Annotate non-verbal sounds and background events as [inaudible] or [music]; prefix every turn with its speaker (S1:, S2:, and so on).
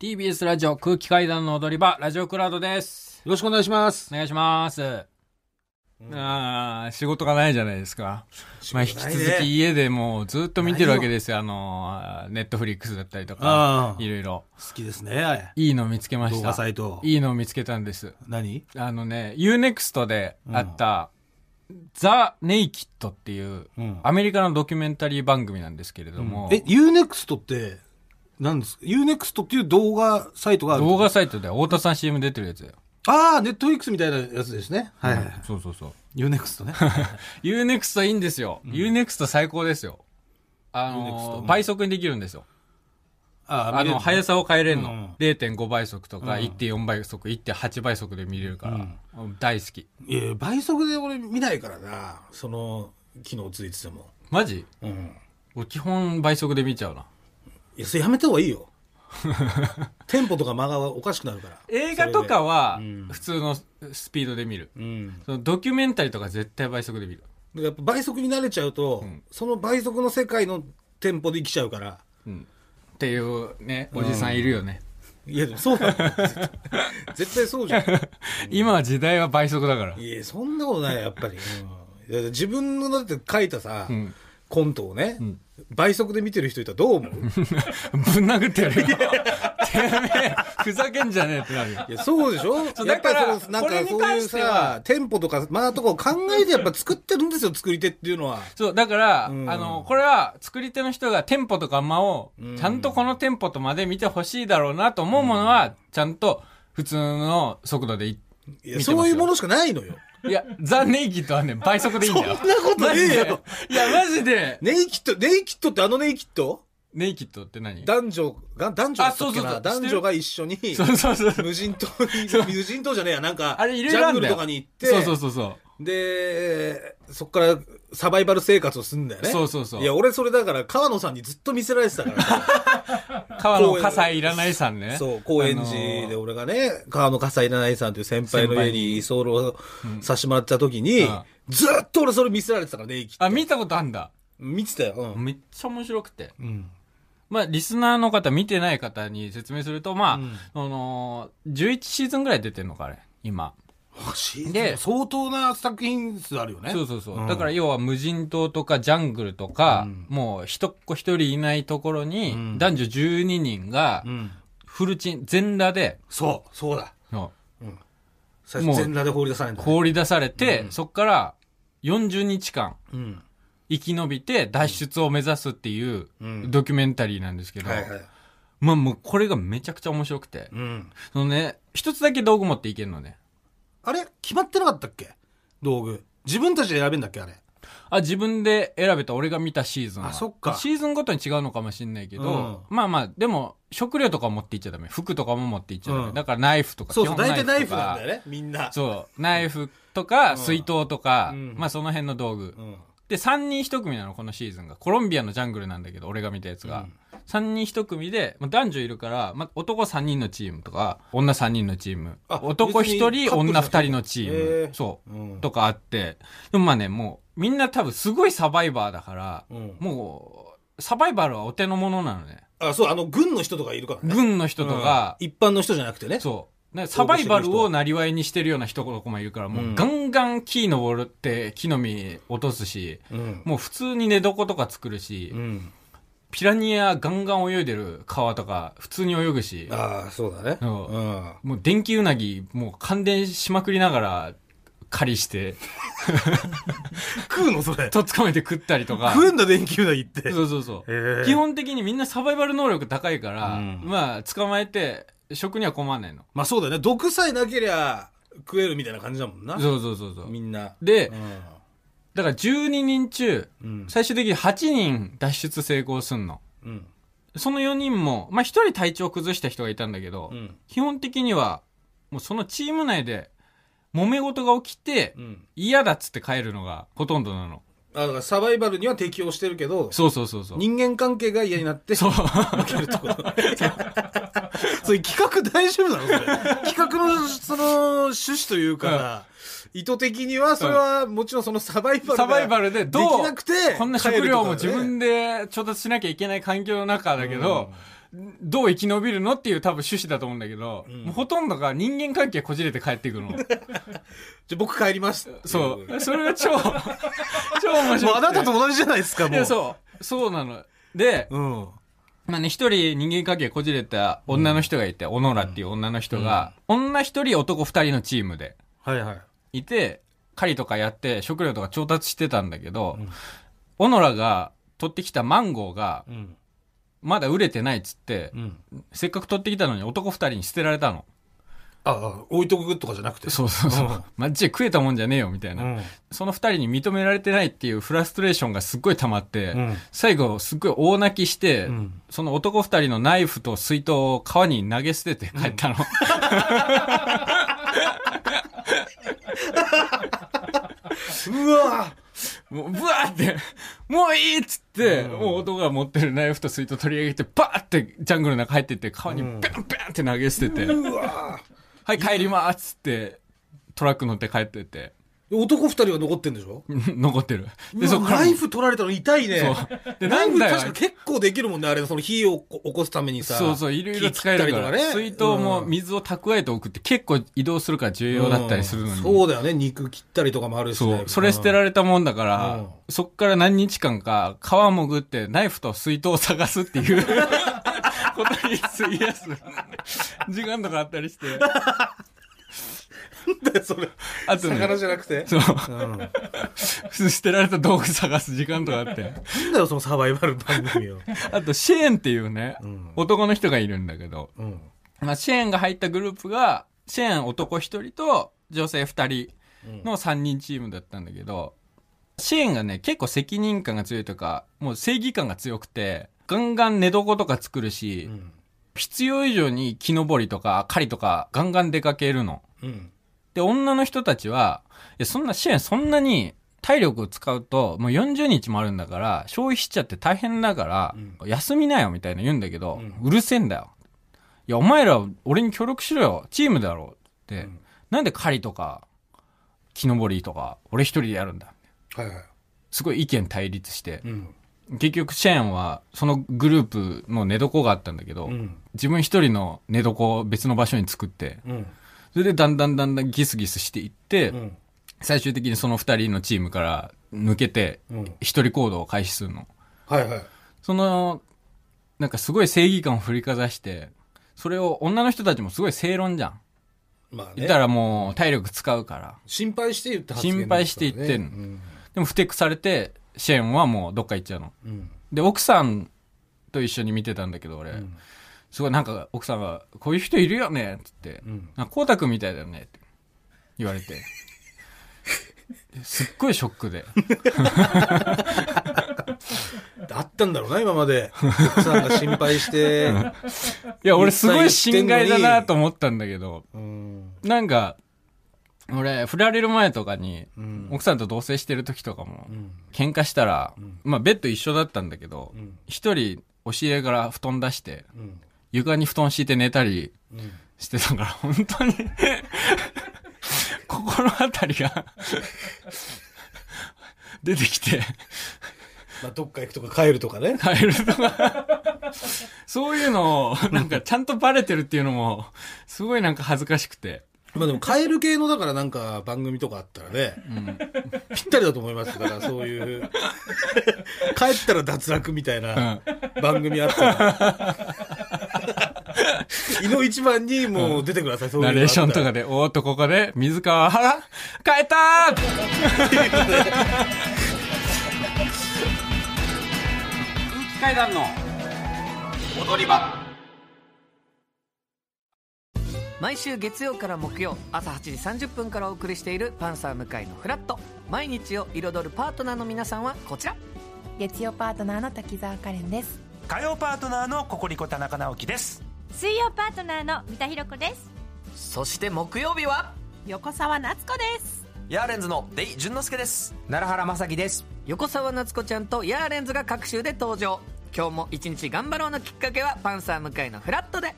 S1: TBS ラジオ空気階段の踊り場、ラジオクラウドです。
S2: よろしくお願いします
S1: お。願いします。ああ、仕事がないじゃないですか。まあ、引き
S2: ないね
S1: 続き家でもうずっと見てるわけですよ。あの、ネットフリックスだったりとか
S2: あ、ー
S1: いろいろ。
S2: 好きですね。はい
S1: いのを見つけました。
S2: 動画サイト
S1: いいのを見つけたんです。
S2: 何
S1: あのね、UNEXT であった、ザ・ネイキッドっていう、
S2: うん
S1: アメリカのドキュメンタリー番組なんですけれども、
S2: え、UNEXT って、何ですか ?UNEXT っていう動画サイトがある
S1: 動画サイトで太田さん CM 出てるやつだよ。
S2: ああ、ネットフリックスみたいなやつですね。はいはいはい。
S1: そうそうそう。
S2: UNEXT [laughs] ね。
S1: UNEXT いいんですよ。UNEXT 最高ですよ。あの
S2: UNEXT
S1: ー、倍速にできるんですよ。
S2: あ
S1: あの、速
S2: さ。
S1: さを変えれるの。
S2: うん
S1: 0.5倍速とか、1.4倍速、1.8倍速で見れるから、大好き。
S2: いや、倍速で俺見ないからな。その、機能ついてても。
S1: マジ
S2: うん。
S1: 俺基本倍速で見ちゃうな。
S2: いや、それやめた方がいいよ。 [laughs] テンポとか間がおかしくなるから。
S1: 映画とかは
S2: うん
S1: 普通のスピードで見る。
S2: うん。だか
S1: そのドキュメンタリーとか絶対倍速で見る。
S2: らやっぱ倍速に慣れちゃうと、その倍速の世界のテンポで生きちゃうから。
S1: うん。っていうね、おじさんいるよね。
S2: いや、で
S1: [laughs]
S2: もそうなの。絶対そうじゃん。
S1: 今は時代は倍速だから。
S2: いや、そんなことない、やっぱり。うんいや自分のだって書いたさ、
S1: ん
S2: コントをね、倍速で見てる人いたらどう
S1: [laughs]
S2: 思う
S1: ぶん殴ってやるよ。 [laughs] てめえ、ふざけんじゃねえってなるよ。
S2: いや、そうでしょ
S1: そう
S2: やっぱり
S1: だか
S2: そ
S1: ら
S2: の、なん
S1: これ
S2: か
S1: に
S2: そうい
S1: 関
S2: う
S1: しては
S2: さ、テンポとか、まあとかを考えてやっぱ作ってるんですよ、作り手っていうのは。
S1: そう、だから、
S2: うん
S1: あの、これは作り手の人がテンポとか間を、ちゃんとこのテンポとまで見てほしいだろうなと思うものは、ちゃんと普通の速度でい、
S2: い
S1: 見てま
S2: や
S1: すよ
S2: そういうものしかないのよ。
S1: いや、ザ・ネイキッドは
S2: [laughs]
S1: ね、倍速でいいんだよ。
S2: そんなこと
S1: マ
S2: ね
S1: ジ
S2: え
S1: で
S2: よ。
S1: いや、マジで、
S2: ネイキッド、ネイキッドってあのネイキッド
S1: ネイキッドって何
S2: 男女が、男女だったっけ
S1: あそうそうそ
S2: な
S1: う
S2: 男女が一緒に、
S1: [laughs] そうそうそう。
S2: 無人島に、無人島じゃねえや、なんか、
S1: あれ、いろい
S2: ジ
S1: ろ
S2: ャ
S1: あ
S2: ン
S1: る
S2: グ
S1: んだ
S2: ル
S1: よ。
S2: とかに行って、
S1: そうそうそうそう。
S2: で、そこからサバイバル生活をするんだよね。
S1: そうそうそう
S2: や、俺それだから、川野さんにずっと見せられてたからさ、
S1: 川野笠井いらないさんね。 [laughs]
S2: そう、高円寺で俺がね、川野笠井七井さんという先輩の家に居候をさしてもらった時に、
S1: うん
S2: ずっと俺それ見せられてたからね、生きて
S1: あ、見たことあんだ。
S2: 見てたよ。うん。
S1: めっちゃ面白くて。
S2: うん。
S1: まあ、リスナーの方、見てない方に説明すると、まあ、
S2: うん
S1: その、11シーズンぐらい出てんのか、あれ、今。で
S2: で、相当な作品数あるよね。
S1: そうそうそう。
S2: ん
S1: だから、要は無人島とかジャングルとか、
S2: うん
S1: もう一っ子一人いないところに、
S2: うん
S1: 男女12人が
S2: う、ん。
S1: フルチン、全裸で、
S2: そう、そうだ。
S1: の
S2: 最
S1: もう
S2: 初全裸で放り出されるんだね。
S1: 放り出されて、そっから40日間
S2: うん。
S1: 生き延びて脱出を目指すっていう
S2: うん
S1: ドキュメンタリーなんですけど、
S2: はいはい。
S1: まあもうこれがめちゃくちゃ面白くて、
S2: うん。
S1: そのね、一つだけ道具持っていけるのね。
S2: あれ決まってなかったっけ道具。自分たちで選べんだっけあれ。
S1: あ、自分で選べた俺が見たシーズンは。
S2: あそっか
S1: シーズンごとに違うのかもしんないけど、まあまあ、でも、食料とか持っていっちゃダメ。服とかも持っていっちゃダメ。
S2: うん
S1: だからナイフとか。
S2: そうそう、
S1: 基本
S2: 大体ナイフ
S1: とか
S2: なんだよね、みんな。
S1: そう。ナイフとか、
S2: ん
S1: 水筒とか、
S2: うん
S1: まあその辺の道具。
S2: うん。
S1: で、3人1組なの、このシーズンが。コロンビアのジャングルなんだけど、俺が見たやつが。3人1組で、まあ、男女いるから、まあ、男3人のチームとか、女3人のチーム。
S2: あ
S1: 男
S2: 別
S1: 1
S2: に
S1: 人、
S2: カップルじ
S1: 女
S2: ゃなくて
S1: 2人のチー
S2: へ
S1: ム。
S2: ー
S1: そう。
S2: うん
S1: とかあって。でもまあね、もう、みんな多分すごいサバイバーだから、
S2: うん
S1: もう、サバイバルはお手の物なのね。
S2: あ、そう、あの、軍の人とかいるからね。
S1: 軍の人とか、
S2: うん一般の人じゃなくてね。
S1: そう。ねサバイバルをなりわいにしてるような人とかもいるから、もううんガンガン木登るって木の実落とすし、
S2: うん。
S1: もう普通に寝床とか作るし、
S2: うん。
S1: ピラニアガンガン泳いでる川とか普通に泳ぐし、
S2: ああ、そうだね。
S1: うん
S2: うん。
S1: もう電気うなぎもう感電しまくりながら狩り
S2: [laughs]
S1: して、
S2: 食うのそれ。
S1: とっ捕まえて食ったりとか。
S2: [laughs] 食えんだ、電球だ、言って。
S1: そうそうそう。
S2: へえ
S1: 基本的にみんなサバイバル能力高いから、
S2: うん
S1: まあ捕まえて食には困んないの。
S2: まあそうだよね。毒さえなけりゃ食えるみたいな感じだもんな。
S1: そうそうそうそう。
S2: みんな。
S1: で、
S2: うん。
S1: だから12人中、
S2: うん。
S1: 最終的に8人脱出成功すんの。
S2: うん。
S1: その4人も、まあ1人体調崩した人がいたんだけど、
S2: うん。
S1: 基本的には、もうそのチーム内で、揉め事が起きて、
S2: うん。
S1: 嫌だっつって帰るのがほとんどなの。
S2: あ、だからサバイバルには適応してるけど、
S1: そうそうそうそう。
S2: 人間関係が嫌になって、
S1: そう。
S2: 負けるところ。 [laughs] そういう企画大丈夫なのそれ企画のその趣旨というか、意図的にはそれはもちろんそのサバイバルが
S1: サバイバルでどう
S2: できなくて
S1: こんな食料も自
S2: 帰るとかね
S1: 分で調達しなきゃいけない環境の中だけど、どう生き延びるのっていう多分趣旨だと思うんだけど、
S2: うん
S1: もうほとんどが人間関係こじれて帰っていく
S2: [laughs]
S1: の。
S2: じゃあ僕帰ります。
S1: そ
S2: も
S1: う。それが超、 [laughs] 超面白い。
S2: うあなたと同じじゃないですか、
S1: い
S2: もう。
S1: や、そう。そうなの。で、
S2: うん。
S1: まあね、一人人間関係こじれた女の人がいて、オノラっていう女の人が、女一人男二人のチームで
S2: はいはい。
S1: いて、狩りとかやって食料とか調達してたんだけど、
S2: うん
S1: オノラが取ってきたマンゴーが、
S2: うん。
S1: まだ売れてないっつって、
S2: うん。
S1: せっかく取ってきたのに男二人に捨てられたの。
S2: ああ、置いとくとかじゃなくて。
S1: そうそうそう。
S2: うん
S1: マジで食えたもんじゃねえよ、みたいな。
S2: ん。
S1: その二人に認められてないっていうフラストレーションがすっごい溜まって、
S2: うん
S1: 最後すっごい大泣きして、
S2: うん
S1: その男二人のナイフと水筒を川に投げ捨てて帰ったの。
S2: うわ
S1: [laughs] もう、ブワーって、もういいっつって、
S2: うん
S1: もう男が持ってるナイフと水筒取り上げて、バーってジャングルの中入ってって、川にビャンビャンって投げ捨てて、
S2: うわ
S1: はい帰りますっつって、トラック乗って帰ってって、 [laughs]
S2: 男二人は残ってんでしょ
S1: 残ってる。
S2: で、そ
S1: ら
S2: ナイフ取られたの痛いね
S1: そう。で
S2: で、 [laughs] ナイフ
S1: なんだよ
S2: 確か結構できるもんね、あれ。その火を起こ起こすためにさ。
S1: そうそう、いろいろ使えるから。
S2: 木切ったり
S1: 水
S2: と
S1: 筒も
S2: うん
S1: 水を蓄えておくって結構移動するから重要だったりするのに。
S2: うんそうだよね。肉切ったりとかもあるし
S1: そ
S2: ね、
S1: う。それ捨てら
S2: れ
S1: れたもんだか
S2: う
S1: ら
S2: ん、
S1: そっから何日間か川潜ってナイフと水筒を探すって
S2: [laughs]
S1: いうことに費やす時間とかあった
S2: [laughs]
S1: りして。
S2: る。それ。
S1: あと
S2: 魚
S1: ね、
S2: じゃなくて。
S1: そう。
S2: うん。なんだ
S1: 捨てられた道具探す時間とかあって。
S2: よ、そのサバイバル番組を。
S1: あと、シェーンっていうね
S2: ん、
S1: 男の人がいるんだけど、
S2: うん。
S1: まあ、シェーンが入ったグループが、シェーン男1人と女性2人の3人チームだったんだけど、シェーンがね、結構責任感が強いとか、もう正義感が強くて、ガンガン寝床とか作るし、
S2: うん。
S1: 必要以上に木登りとか狩りとかガンガン出かけるの。
S2: うん。
S1: で、女の人たちは、いや、そんな、シェーンそんなに体力を使うと、もう40日もあるんだから、消費しちゃって大変だから、休みなよみたいな言うんだけど、うるせえんだよ。いや、お前ら俺に協力しろよ。チームだろうって。なんで狩りとか、木登りとか、俺一人でやるんだ。
S2: はいはい。
S1: すごい意見対立して
S2: う。ん。
S1: 結局、シェーンは、そのグループの寝床があったんだけど、
S2: うん。
S1: 自分一人の寝床を別の場所に作って、
S2: うん。
S1: それでだんだんだんだんギスギスしていって、
S2: うん。
S1: 最終的にその二人のチームから抜けて、
S2: うん。
S1: 一人行動を開始するの。
S2: はいはい。
S1: その、なんかすごい正義感を振りかざして、それを女の人たちもすごい正論じゃん。
S2: まあ
S1: い
S2: ね
S1: た。らもう体力使うから。
S2: 心配して言って発言
S1: 心配して言ってんの
S2: うん。
S1: でも不適されて、シェーンはもうどっか行っちゃうの。
S2: うん。
S1: で、奥さんと一緒に見てたんだけど、俺。
S2: ん
S1: すごいなんか奥さんが、こういう人いるよねって言って、
S2: うん
S1: なんか光太くんみたいだよねって言われて。すっごいショックで。
S2: あったんだろうな、今まで。奥さんが心配して。
S1: いや、俺すごい心外だなと思ったんだけど、
S2: うん。
S1: なんか、俺、振られる前とかに、
S2: うん
S1: 奥さんと同棲してる時とかも
S2: う、ん。
S1: 喧嘩したら、まあベッド一緒だったんだけど
S2: う、ん。
S1: 一人押し入れから布団出して、
S2: うん。
S1: 床に布団敷いて寝たり
S2: うん。
S1: してたから、 [laughs] 本当に、心当たりが、出てきて、
S2: まあ、どっか行くとか帰るとかね。
S1: カエルとか、そういうのを、なんかちゃんとバレてるっていうのも、すごいなんか恥ずかしくて。
S2: まあでもカエル系のだからなんか番組とかあったらね、ぴったりだと思いますだからそういう帰ったら脱落みたいな番組あったら、 [laughs] 胃の一番にもう出てください、そういうの
S1: ナ
S2: あったら
S1: レーションとかで、おーっとここで、水川原、変えたー
S3: 階段の踊り場
S4: 毎週月曜から木曜朝8時30分からお送りしている「パンサー向井のフラット」毎日を彩るパートナーの皆さんはこちら
S5: 月曜パートナーの滝沢カレンです
S6: 火曜パートナーのココリコ田中直樹です
S7: 水曜パートナーの三田寛子です
S4: そして木曜日は
S5: 横澤夏子です
S6: ヤーレンズのデイ淳之介です奈良原雅樹です
S4: 横澤夏子ちゃんとヤーレンズが各週で登場今日も一日頑張ろうのきっかけは「パンサー向井のフラット」で